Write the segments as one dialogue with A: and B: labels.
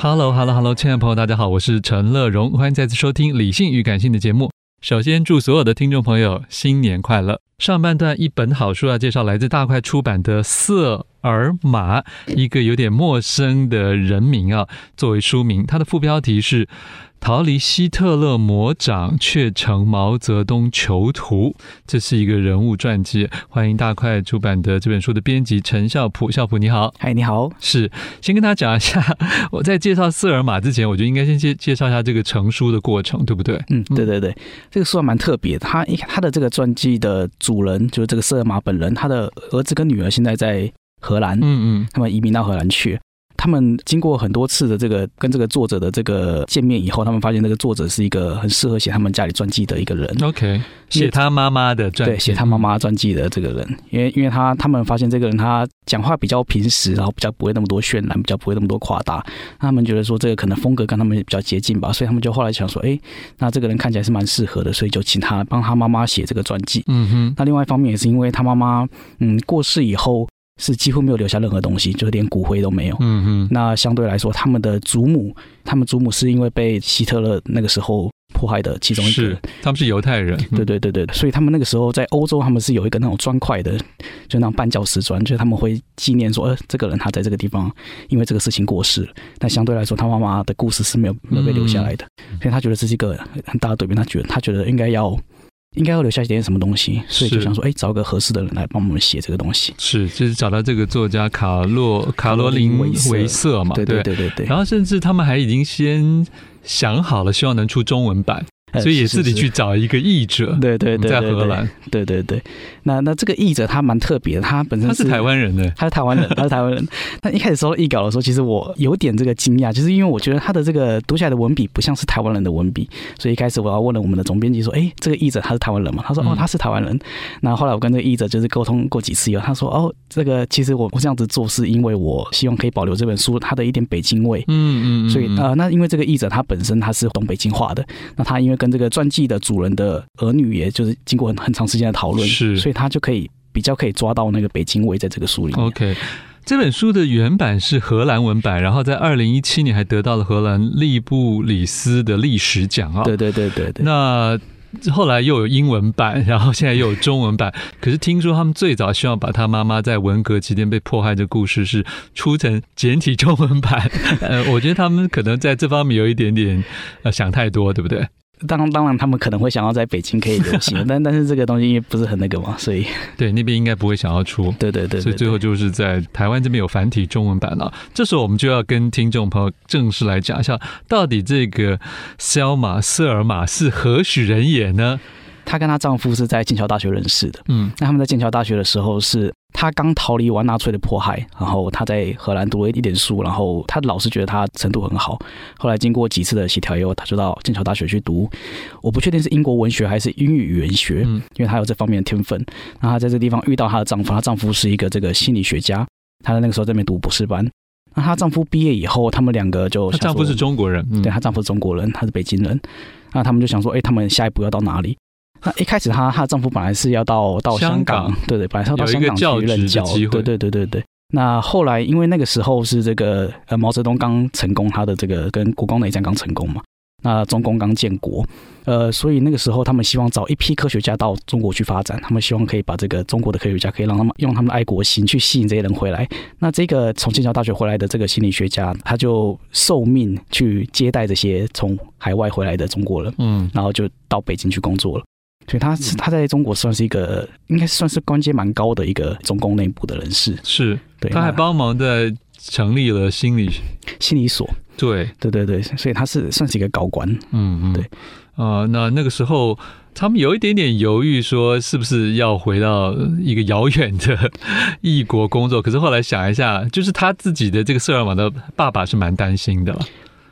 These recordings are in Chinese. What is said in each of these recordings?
A: Hello Hello Hello，亲爱的朋友，大家好，我是陈乐荣，欢迎再次收听《理性与感性》的节目。首先，祝所有的听众朋友新年快乐！上半段一本好书要介绍来自大块出版的《色尔玛》，一个有点陌生的人名啊，作为书名，它的副标题是《逃离希特勒魔掌却成毛泽东囚徒》，这是一个人物传记。欢迎大块出版的这本书的编辑陈孝普，孝普你好。
B: 嗨，你好。
A: 是，先跟大家讲一下，我在介绍四尔玛之前，我就应该先介介绍一下这个成书的过程，对不对？
B: 嗯，对对对，这个书还蛮特别的。他一他的这个传记的主人就是这个瑟尔玛本人，他的儿子跟女儿现在在荷兰，
A: 嗯嗯，
B: 他们移民到荷兰去。他们经过很多次的这个跟这个作者的这个见面以后，他们发现那个作者是一个很适合写他们家里传记的一个人。
A: 嗯 OK，写他妈妈的传记，
B: 对，写他妈妈传记的这个人，因为因为他他们发现这个人他讲话比较平实，然后比较不会那么多渲染，比较不会那么多夸大。那他们觉得说这个可能风格跟他们比较接近吧，所以他们就后来想说，哎，那这个人看起来是蛮适合的，所以就请他帮他妈妈写这个传记。
A: 嗯哼，
B: 那另外一方面也是因为他妈妈嗯过世以后是几乎没有留下任何东西，就是连骨灰都没有。
A: 嗯哼，
B: 那相对来说，他们的祖母，他们祖母是因为被希特勒那个时候迫害的其中一个
A: 是他们是犹太人，
B: 对对对对，所以他们那个时候在欧洲，他们是有一个那种砖块的，就那种绊脚石砖，就是他们会纪念说，呃，这个人他在这个地方因为这个事情过世了。但相对来说，他妈妈的故事是没有没有被留下来的，
A: 嗯
B: 所以他觉得这是一个很大的对比，他觉得他觉得应该要应该要留下一点什么东西，所以就是想说，哎，找个合适的人来帮我们写这个东西。
A: 是就是找到这个作家卡洛卡罗琳
B: 卡罗琳维
A: 维瑟嘛，
B: 对对对对对，
A: 然后甚至他们还已经先想好了，希望能出中文版，
B: 呃
A: 所以也自
B: 是
A: 己
B: 是
A: 去找一个译者，
B: 对对对
A: 在
B: 对
A: 荷
B: 对
A: 兰，
B: 对对对，那那这个译者他蛮特别的，他本身
A: 他是台湾人哎呢，
B: 他是台湾人，他是台湾人。 但一开始收到译稿的时候，其实我有点这个惊讶，就是因为我觉得他的这个读起来的文笔不像是台湾人的文笔，所以一开始我要问了我们的总编辑说：“哎、这个译者他是台湾人吗？”他说：“哦
A: 嗯，
B: 他是台湾人。”那后来我跟这个译者就是沟通过几次以后，他说：“哦，这个其实我我这样子做是因为我希望可以保留这本书它的一点北京味。”
A: 嗯嗯，嗯
B: 所以
A: 嗯
B: 呃，那因为这个译者他本身他是懂北京话的，那他因为跟这个传记的主人的儿女，也就是经过很很长时间的讨论，
A: 是
B: 所以他就可以比较可以抓到那个北京味在这个书里面。
A: OK，这本书的原版是荷兰文版，然后在二零一七年还得到了荷兰利布里斯的历史奖啊、
B: 对对对对对，
A: 那后来又有英文版，然后现在又有中文 版。可是听说他们最早希望把他妈妈在文革期间被迫害的故事是出成简体中文 版。呃，我觉得他们可能在这方面有一点点呃想太多，对不对？
B: 当当然他们可能会想要在北京可以流 行，但但是这个东西因为不是很那个嘛，所以
A: 对，那边应该不会想要出。
B: 对对对
A: 所
B: 对
A: 以最
B: 对。
A: 后就是在台湾这边有繁体中文版了、这时候我们就要跟听众朋友正式来讲一下，到底这个肖马瑟尔玛是何许人也呢？
B: 她跟她丈夫是在剑桥大学认识的。
A: 嗯
B: 那他们在剑桥大学的时候是。她刚逃离完纳粹的迫害，然后她在荷兰读了一点书，然后她老师觉得她程度很好。后来经过几次的协调以后，她就到剑桥大学去读，我不确定是英国文学还是英语语言学，
A: 嗯
B: 因为她有这方面的天分。那她在这个地方遇到她的丈夫，她丈夫是一个这个心理学家，她在那个时候在那边读博士班。那她丈夫毕业以后，他们两个就
A: 她
B: 想
A: 丈夫
B: 说
A: 是中国人，嗯
B: 对，她丈夫是中国人，她是北京人，那他们就想说，哎、他们下一步要到哪里？那一开始她她丈夫本来是要到到
A: 香
B: 香
A: 港
B: 对对，本来是要到
A: 有一
B: 香
A: 个
B: 港
A: 教
B: 去任
A: 职的
B: 教，
A: 机会
B: 对对对对对。那后来因为那个时候是这个呃毛泽东刚成功，他的这个跟国共内战刚成功嘛，那中共刚建国，呃，所以那个时候他们希望找一批科学家到中国去发展，他们希望可以把这个中国的科学家可以让他们用他们的爱国心去吸引这些人回来。那这个从剑桥大学回来的这个心理学家，他就受命去接待这些从海外回来的中国人。
A: 嗯，
B: 然后就到北京去工作了。所以他是他在中国算是一个，应该算是官阶蛮高的一个中共内部的人士。
A: 是，
B: 对，
A: 他还
B: 那
A: 帮忙在成立了心理学，
B: 心理所，
A: 对，
B: 对对对，所以他是算是一个高官。
A: 嗯嗯，
B: 对，
A: 啊、那那个时候他们有一点点犹豫，说是不是要回到一个遥远的异国工作，可是后来想一下，就是他自己的这个瑟尔玛的爸爸是蛮担心的了，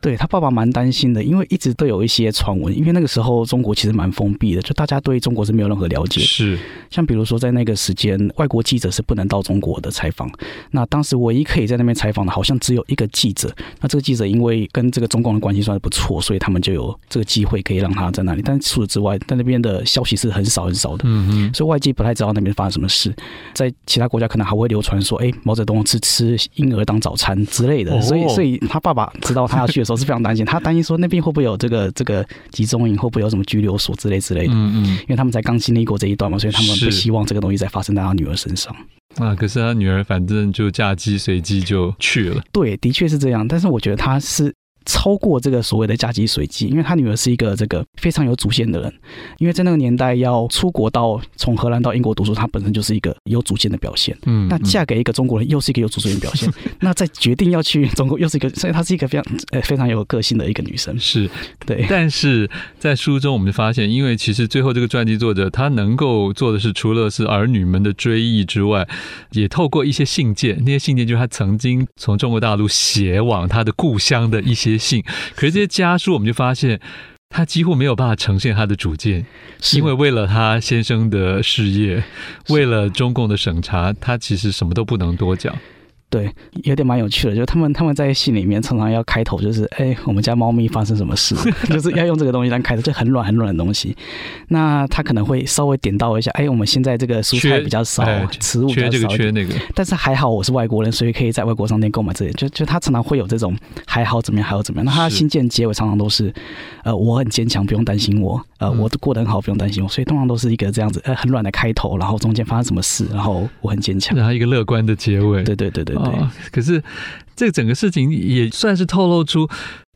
B: 对他爸爸蛮担心的，因为一直都有一些传闻，因为那个时候中国其实蛮封闭的，就大家对中国是没有任何了解。
A: 是，
B: 像比如说在那个时间，外国记者是不能到中国的采访。那当时唯一可以在那边采访的，好像只有一个记者。那这个记者因为跟这个中共的关系算是不错，所以他们就有这个机会可以让他在那里。但除此之外，在那边的消息是很少很少的。
A: 嗯嗯，
B: 所以外界不太知道那边发生什么事，在其他国家可能还会流传说，哎、毛泽东是吃婴儿当早餐之类的。
A: 哦
B: 所以，所以他爸爸知道他要去的时候是非常担心，他担心说那边会不会有这个这个集中营，会不会有什么拘留所之类之类的。
A: 嗯嗯。
B: 因为他们才刚经历过这一段嘛，所以他们
A: 是
B: 不希望这个东西再发生在他女儿身上。
A: 啊，可是他女儿反正就嫁鸡随鸡就去了，
B: 对，的确是这样，但是我觉得他是。超过这个所谓的嫁鸡随鸡，因为他女儿是一个这个非常有主见的人，因为在那个年代要出国到从荷兰到英国读书，她本身就是一个有主见的表现。
A: 嗯，
B: 那嫁给一个中国人又是一个有主见的表现，那再决定要去中国又是一个，所以她是一个非常呃非常有个性的一个女生
A: 嗯。是，
B: 对，
A: 但是在书中我们就发现，因为其实最后这个传记作者他能够做的是，除了是儿女们的追忆之外，也透过一些信件，那些信件就是他曾经从中国大陆写往他的故乡的一些信，可是这些家书我们就发现。他几乎没有办法呈现他的主见，
B: 是
A: 因为为了他先生的事业，为了中共的审查，他其实什么都不能多讲。
B: 对，有点蛮有趣的，就是他们他们在信里面常常要开头就是，哎、我们家猫咪发生什么事， 就是要用这个东西当开头，就很软很软的东西。那他可能会稍微点到一下，哎、我们现在这个蔬菜
A: 缺
B: 比较少
A: 哎，
B: 植物比
A: 缺
B: 较
A: 这个
B: 少一
A: 缺那
B: 点，
A: 个，
B: 但是还好我是外国人，所以可以在外国商店购买这些。就就他常常会有这种还好怎么样，还好怎么样。那他的
A: 是
B: 信件结尾常常都是，呃，我很坚强，不用担心我，呃，
A: 嗯
B: 我过得很好，不用担心我。所以通常都是一个这样子，呃，很软的开头，然后中间发生什么事，然后我很坚强。
A: 然后一个乐观的结尾。
B: 对对对对对。
A: 啊，可是这整个事情也算是透露出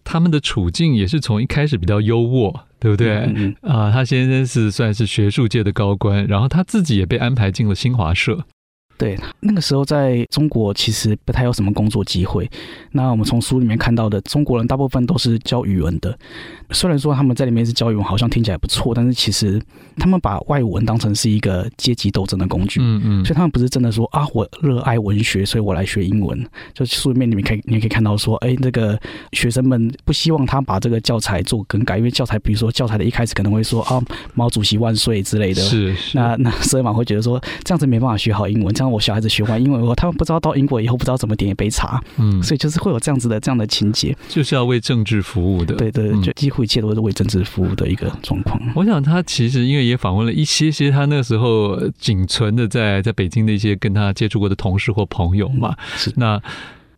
A: 他们的处境也是从一开始比较优渥，对不对？
B: 嗯嗯嗯
A: 啊，他先生是算是学术界的高官，然后他自己也被安排进了新华社。
B: 对，那个时候在中国其实不太有什么工作机会。那我们从书里面看到的，中国人大部分都是教语文的。虽然说他们在里面是教语文，好像听起来不错，但是其实他们把外文当成是一个阶级斗争的工具。
A: 嗯嗯
B: 所以他们不是真的说啊，我热爱文学，所以我来学英文。就书里面你们可以你可以看到说，哎，那个学生们不希望他把这个教材做更改，因为教材，比如说教材的一开始可能会说啊，毛主席万岁之类的，
A: 是是
B: 那那所以嘛会觉得说这样子没办法学好英文，这样我小孩子学完英文以后，他们不知道到英国以后不知道怎么点一杯茶，
A: 嗯，
B: 所以就是会有这样子的这样的情节。
A: 就是要为政治服务的。
B: 对对，
A: 嗯
B: 就几乎一切都是为政治服务的一个状况。
A: 我想他其实因为也访问了一些些他那个时候呃仅存的在在北京的一些跟他接触过的同事或朋友嘛，
B: 是
A: 那。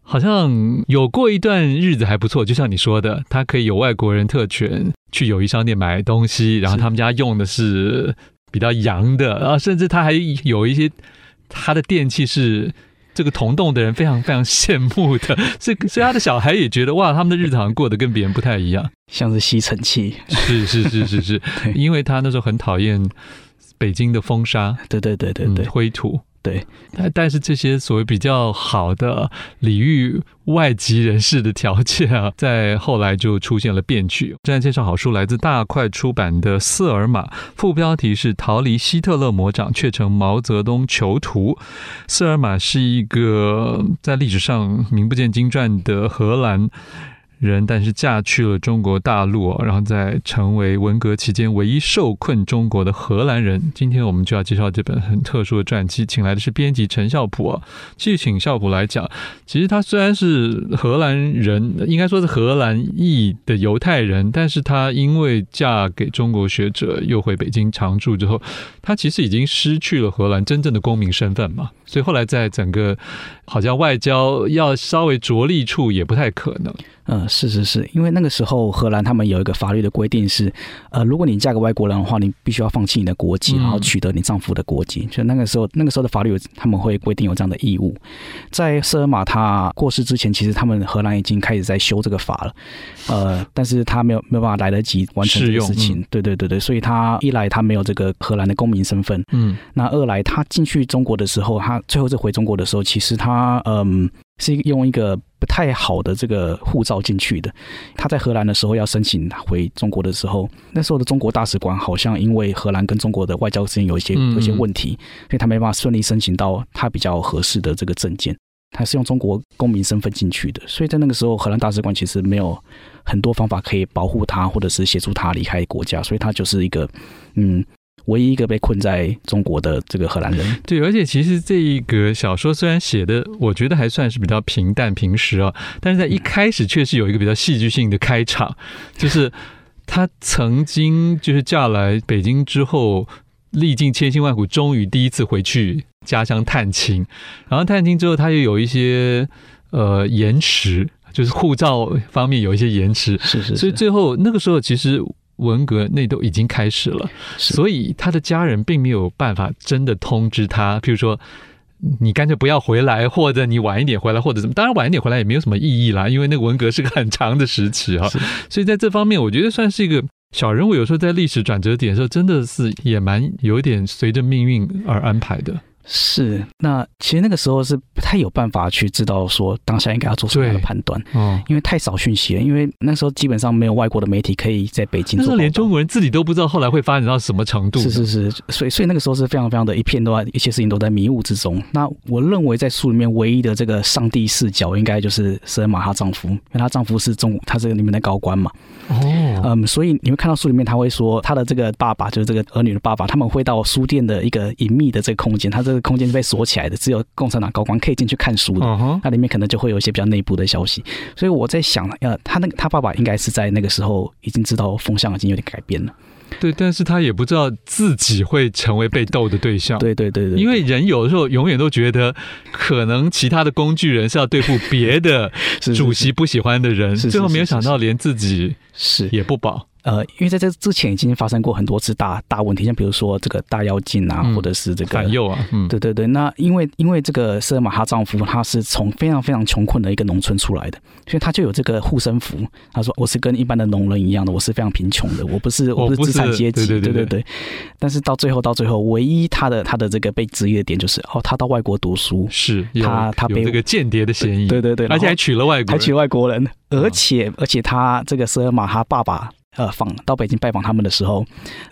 A: 好像有过一段日子还不错，就像你说的，他可以有外国人特权去友谊商店买东西，然后
B: 是
A: 他们家用的是比较洋的，然后甚至他还有一些他的电器是这个同栋的人非常非常羡慕的，所以所以他的小孩也觉得哇，他们的日子好像过得跟别人不太一样。
B: 像是吸尘器，
A: 是是是是是
B: 对，
A: 因为他那时候很讨厌北京的风沙，
B: 对对对对
A: 嗯
B: 对，
A: 灰土。
B: 对
A: 但，但是这些所谓比较好的礼遇外籍人士的条件啊， 在后来就出现了变曲。现在介绍好书来自大块出版的《瑟尔玛》，副标题是“逃离希特勒魔掌，却成毛泽东囚徒”。瑟尔玛是一个在历史上名不见经传的荷兰人，但是嫁去了中国大陆哦、然后在成为文革期间唯一受困中国的荷兰人。今天我们就要介绍这本很特殊的传记，请来的是编辑陈孝普哦。其实请孝普来讲，其实他虽然是荷兰人，应该说是荷兰裔的犹太人，但是他因为嫁给中国学者，又回北京常住之后，他其实已经失去了荷兰真正的公民身份嘛，所以后来在整个好像外交要稍微着力处也不太可能。
B: 嗯，是是是，因为那个时候荷兰他们有一个法律的规定是，呃，如果你嫁给外国人的话，你必须要放弃你的国籍，
A: 嗯
B: 然后取得你丈夫的国籍。所以那个时候，那个时候的法律有他们会规定有这样的义务。在瑟尔玛他过世之前，其实他们荷兰已经开始在修这个法了，呃，但是他没有没有办法来得及完成这
A: 适
B: 个
A: 用嗯
B: 事情。对对对对，所以他一来他没有这个荷兰的公民身份，
A: 嗯
B: 那二来，他进去中国的时候，他最后这回中国的时候，其实他嗯是用一个不太好的这个护照进去的。他在荷兰的时候要申请回中国的时候，那时候的中国大使馆好像因为荷兰跟中国的外交之间有一些
A: 嗯嗯
B: 有一些问题，所以他没办法顺利申请到他比较合适的这个证件。他是用中国公民身份进去的，所以在那个时候，荷兰大使馆其实没有很多方法可以保护他，或者是协助他离开国家，所以他就是一个嗯唯一一个被困在中国的这个荷兰人。
A: 对，而且其实这一个小说虽然写的，我觉得还算是比较平淡平实啊，但是在一开始确实有一个比较戏剧性的开场，就是她曾经就是嫁来北京之后，历尽千辛万苦，终于第一次回去家乡探亲，然后探亲之后，她又有一些呃延迟，就是护照方面有一些延迟，
B: 是是
A: 所以最后那个时候其实文革那都已经开始了。
B: 是
A: 所以他的家人并没有办法真的通知他，譬如说。你干脆不要回来，或者你晚一点回来，或者怎么？当然晚一点回来也没有什么意义啦，因为那个文革是个很长的时期啊
B: 是。
A: 所以在这方面，我觉得算是一个小人物。有时候在历史转折点的时候，真的是也蛮有一点随着命运而安排的。
B: 是。那其实那个时候是不太有办法去知道说当下应该要做什么样的
A: 对
B: 判断，
A: 哦，
B: 因为太少讯息了。因为那时候基本上没有外国的媒体可以在北京
A: 那时
B: 做
A: 候连
B: 报道
A: 中国人自己都不知道后来会发展到什么程度。
B: 是是是，所以所以那个时候是非常非常的一片都在一些事情都在迷雾之中。那我认为在书里面唯一的这个上帝视角，应该就是瑟尔玛她丈夫，因为她丈夫是中他是里面的高官嘛。
A: 哦，
B: 嗯，所以你会看到书里面他会说，他的这个爸爸就是这个儿女的爸爸，他们会到书店的一个隐秘的这个空间，他这个空间是被锁起来的，只有共产党高官可以进去看书的。
A: 嗯哼，
B: 那里面可能就会有一些比较内部的消息，所以我在想，呃，他那个他爸爸应该是在那个时候已经知道风向已经有点改变了。
A: 对，但是他也不知道自己会成为被斗的对象。
B: 对对对
A: 嗯
B: 对，
A: 因为人有的时候永远都觉得，可能其他的工具人是要对付别的
B: 是
A: 主席不喜欢的人，
B: 是是
A: 最后没有
B: 是是
A: 想到连自己
B: 是
A: 也不保。
B: 呃，因为在这之前已经发生过很多次大大问题，像比如说这个大妖精啊，
A: 嗯
B: 或者是这个
A: 反右啊，嗯，
B: 对对对，那因为因为这个瑟尔玛她丈夫他是从非常非常穷困的一个农村出来的，所以他就有这个护身符。他说我是跟一般的农人一样的，我是非常贫穷的，我不是
A: 我
B: 我
A: 哦不
B: 是资产
A: 是
B: 阶级，
A: 对对
B: 对
A: 对
B: 但是到最后到最后，唯一他的他的这个被质疑的点就是，哦，他到外国读书，
A: 是有
B: 他他
A: 有
B: 被
A: 这个间谍的嫌疑，
B: 对对对，
A: 而且还
B: 然后
A: 娶了外国
B: 还
A: 人，
B: 娶外国人，
A: 嗯
B: 而且、而且他这个瑟尔玛她爸爸。呃，访到北京拜访他们的时候，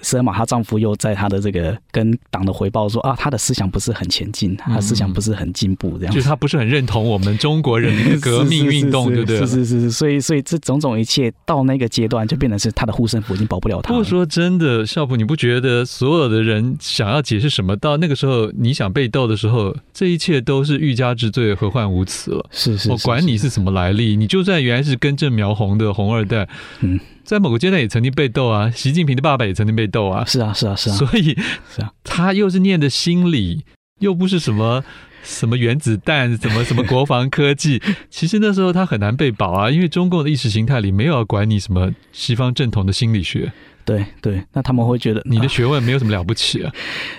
B: 瑟尔玛她丈夫又在他的这个跟党的回报说啊，他的思想不是很前进，他思想
A: 嗯
B: 不是很进步，这样
A: 就
B: 子
A: 是他不是很认同我们中国人的革命运动， 对
B: 是
A: 不对
B: 是
A: 了？
B: 是是是，所以所以这种种一切到那个阶段，就变成是他的护身符已经保不了
A: 不
B: 他
A: 过
B: 了。
A: 说真的，少普，你不觉得所有的人想要解释什么，到那个时候你想被斗的时候，这一切都是欲加之罪，何患无辞了？
B: 是是，
A: 我
B: 是
A: 管你，是什么来历，你就算原来是根正苗红的红二代，
B: 嗯
A: 在某个阶段也曾经被斗啊，习近平的爸爸也曾经被斗啊，
B: 是啊是啊是啊
A: 所以
B: 是啊，
A: 他又是念的心理，又不是什么什么原子弹，什么什么国防科 技，其实那时候他很难被保啊，因为中共的意识形态里没有要管你什么西方正统的心理学，
B: 对对。那他们会觉得
A: 你的
B: 啊
A: 学问没有什么了不起 啊，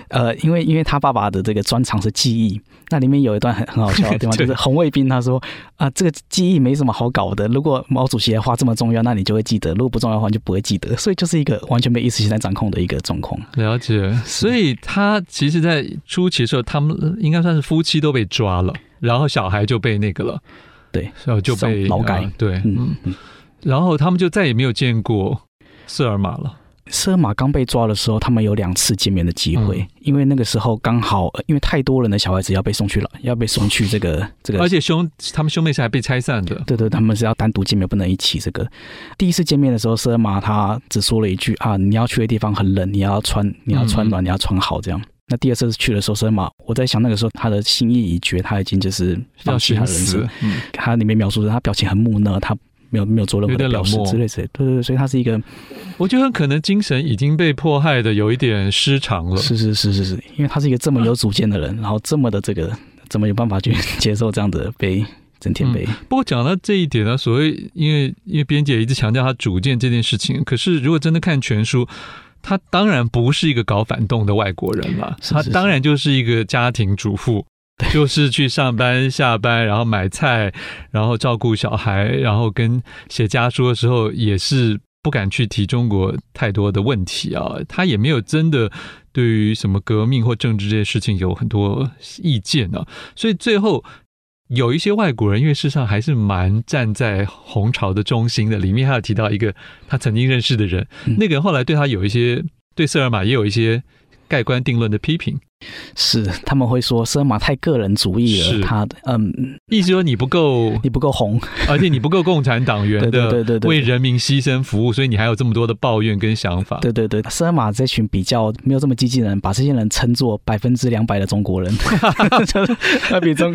B: 呃，因为因为他爸爸的这个专长是记忆，那里面有一段很很好 笑的地方，
A: 对
B: 就是红卫兵他说啊，这个记忆没什么好搞的，如果毛主席的话这么重要，那你就会记得；如果不重要的话，你就不会记得。所以就是一个完全被意识形态掌控的一个状况。
A: 了
B: 嗯
A: 解。所以他其实，在初期的时候，他们应该算是夫妻都被抓了，然后小孩就被那个了，
B: 对，
A: 然后就被
B: 送劳改
A: 呃对，
B: 嗯
A: 嗯，然后他们就再也没有见过瑟尔玛了。
B: 车马刚被抓的时候，他们有两次见面的机会，
A: 嗯
B: 因为那个时候刚好、呃因为太多人的小孩子要被送去了，要被送去这个这个
A: 而且兄他们兄妹是还被拆散的，
B: 对对，他们是要单独见面，不能一起。这个第一次见面的时候，瑟玛他只说了一句啊，你要去的地方很冷，你要穿，你要穿暖，你要穿好这样。那第二次去的时候，瑟玛，我在想那个时候他的心意已决，他已经就是放
A: 要
B: 弃他
A: 寻
B: 的人生
A: 死。。嗯，
B: 他里面描述的他表情很木讷，他没有没有做任何
A: 有点
B: 的表示
A: 冷漠
B: 之类之类。对对对，所以他是一个
A: 我觉得很可能精神已经被迫害的有一点失常了。
B: 是是是是是，因为他是一个这么有主见的人，然后这么的这个怎么有办法去接受这样的被整天被、
A: 不过讲到这一点呢，所谓因为因为编姐一直强调她主见这件事情，可是如果真的看全书，她当然不是一个搞反动的外国人了，
B: 是
A: 她
B: 是
A: 当然就是一个家庭主妇。就是去上班、下班，然后买菜，然后照顾小孩，然后跟写家书的时候也是不敢去提中国太多的问题啊。她也没有真的对于什么革命或政治这些事情有很多意见啊。所以最后有一些外国人，因为事实上还是蛮站在红潮的中心的。里面还有提到一个他曾经认识的人，
B: 嗯
A: 那个人后来对他有一些对瑟尔玛也有一些盖棺定论的批评，
B: 是他们会说瑟玛太个人主义
A: 是
B: 了，他嗯
A: 意思说你不 够，
B: 你不够红，
A: 而且你不够共产党员
B: 对对对
A: 的
B: 对对
A: 为人民牺牲服务，所以你还有这么多的抱怨跟想法。
B: 对对对，圣马这群比较没有这么激进的人，把这些人称作百分之两百的中国人，就是他比中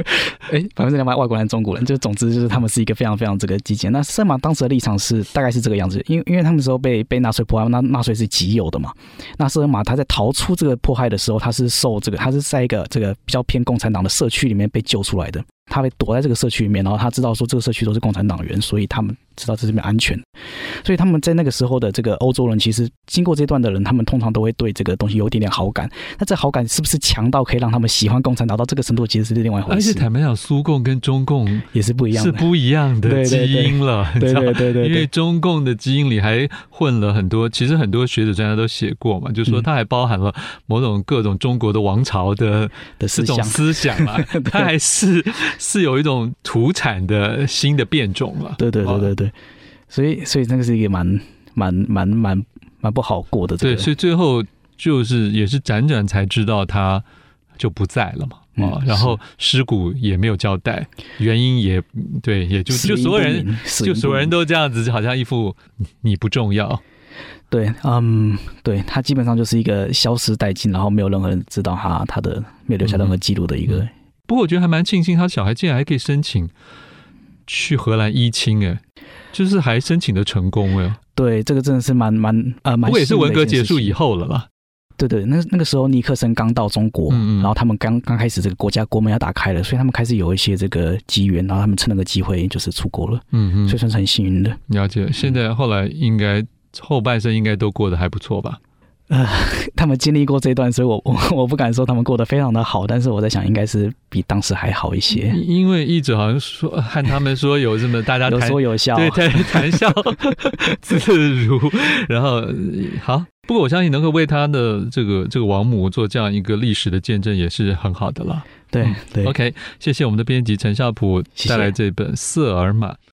B: 哎百分之两百外国人中国人，就总之就是他们是一个非常非常这个激进。那圣马当时的立场是大概是这个样子，因为因为他们那时候被被纳粹迫害，那纳粹是极右的嘛，那圣马他在逃出这个迫害的时候，他是受这个他是在一个这个比较偏共产党的社区里面被救出来的。他被躲在这个社区里面，然后他知道说这个社区都是共产党员，所以他们知道这边安全。所以他们在那个时候的这个欧洲人，其实经过这段的人，他们通常都会对这个东西有一点点好感。那这好感是不是强到可以让他们喜欢共产党到这个程度，其实是另外一
A: 而
B: 回
A: 且
B: 事，
A: 坦白讲，苏共跟中共
B: 也是不一样
A: 是
B: 的。
A: 不一样的
B: 对对对
A: 基因了，你
B: 对
A: 知道吗
B: 对对对
A: 因为
B: 对，
A: 中共的基因里还混了很多，其实很多学者专家都写过嘛，就说
B: 嗯
A: 它还包含了某种各种中国的王朝的
B: 的
A: 这
B: 思
A: 种
B: 想
A: 思想啊， 它还是是有一种土产的新的变种了。
B: 对对对
A: 哦
B: 对对，所以所以那个是一个蛮蛮蛮蛮蛮不好过的这
A: 对，
B: 个。
A: 所以最后就是也是辗转才知道他就不在了嘛。
B: 嗯
A: 啊、然后尸骨也没有交代，原因也对，也就
B: 死
A: 就
B: 因
A: 所有
B: 不
A: 人
B: 明，死
A: 就
B: 因
A: 所
B: 不
A: 有人
B: 明
A: 都这样子，好像一副 你不重要，
B: 对，嗯，对他基本上就是一个消失殆尽，然后没有任何人知道他他的没有留下任何记录的一个
A: 嗯不过我觉得还蛮庆幸，他小孩竟然还可以申请去荷兰一清，哎，就是还申请的成功哎。
B: 对，这个真的是蛮蛮呃
A: 不
B: 蛮。
A: 过也是文革结束以
B: 后，
A: 后了啦。
B: 对对，那那个时候尼克森刚到中国，
A: 嗯嗯
B: 然后他们刚刚开始这个国家国门要打开了，所以他们开始有一些这个机缘，然后他们趁那个机会就是出国了，
A: 嗯
B: 所以
A: 嗯，
B: 算是很幸运的。
A: 了解。现在后来应该后半生应该都过得还不错吧？
B: 他们经历过这一段，所以我 我我不敢说他们过得非常的好，但是我在想应该是比当时还好一些，
A: 因因为一直好像说和他们说有什么大家
B: 有
A: 谈
B: 说有笑。
A: 对 谈谈笑自如，然后呃好。不过我相信能够为他的这个这个王母做这样一个历史的见证，也是很好的了。
B: 对对
A: OK，谢谢我们的编辑陈孝普
B: 谢谢
A: 带来这本《瑟尔玛》。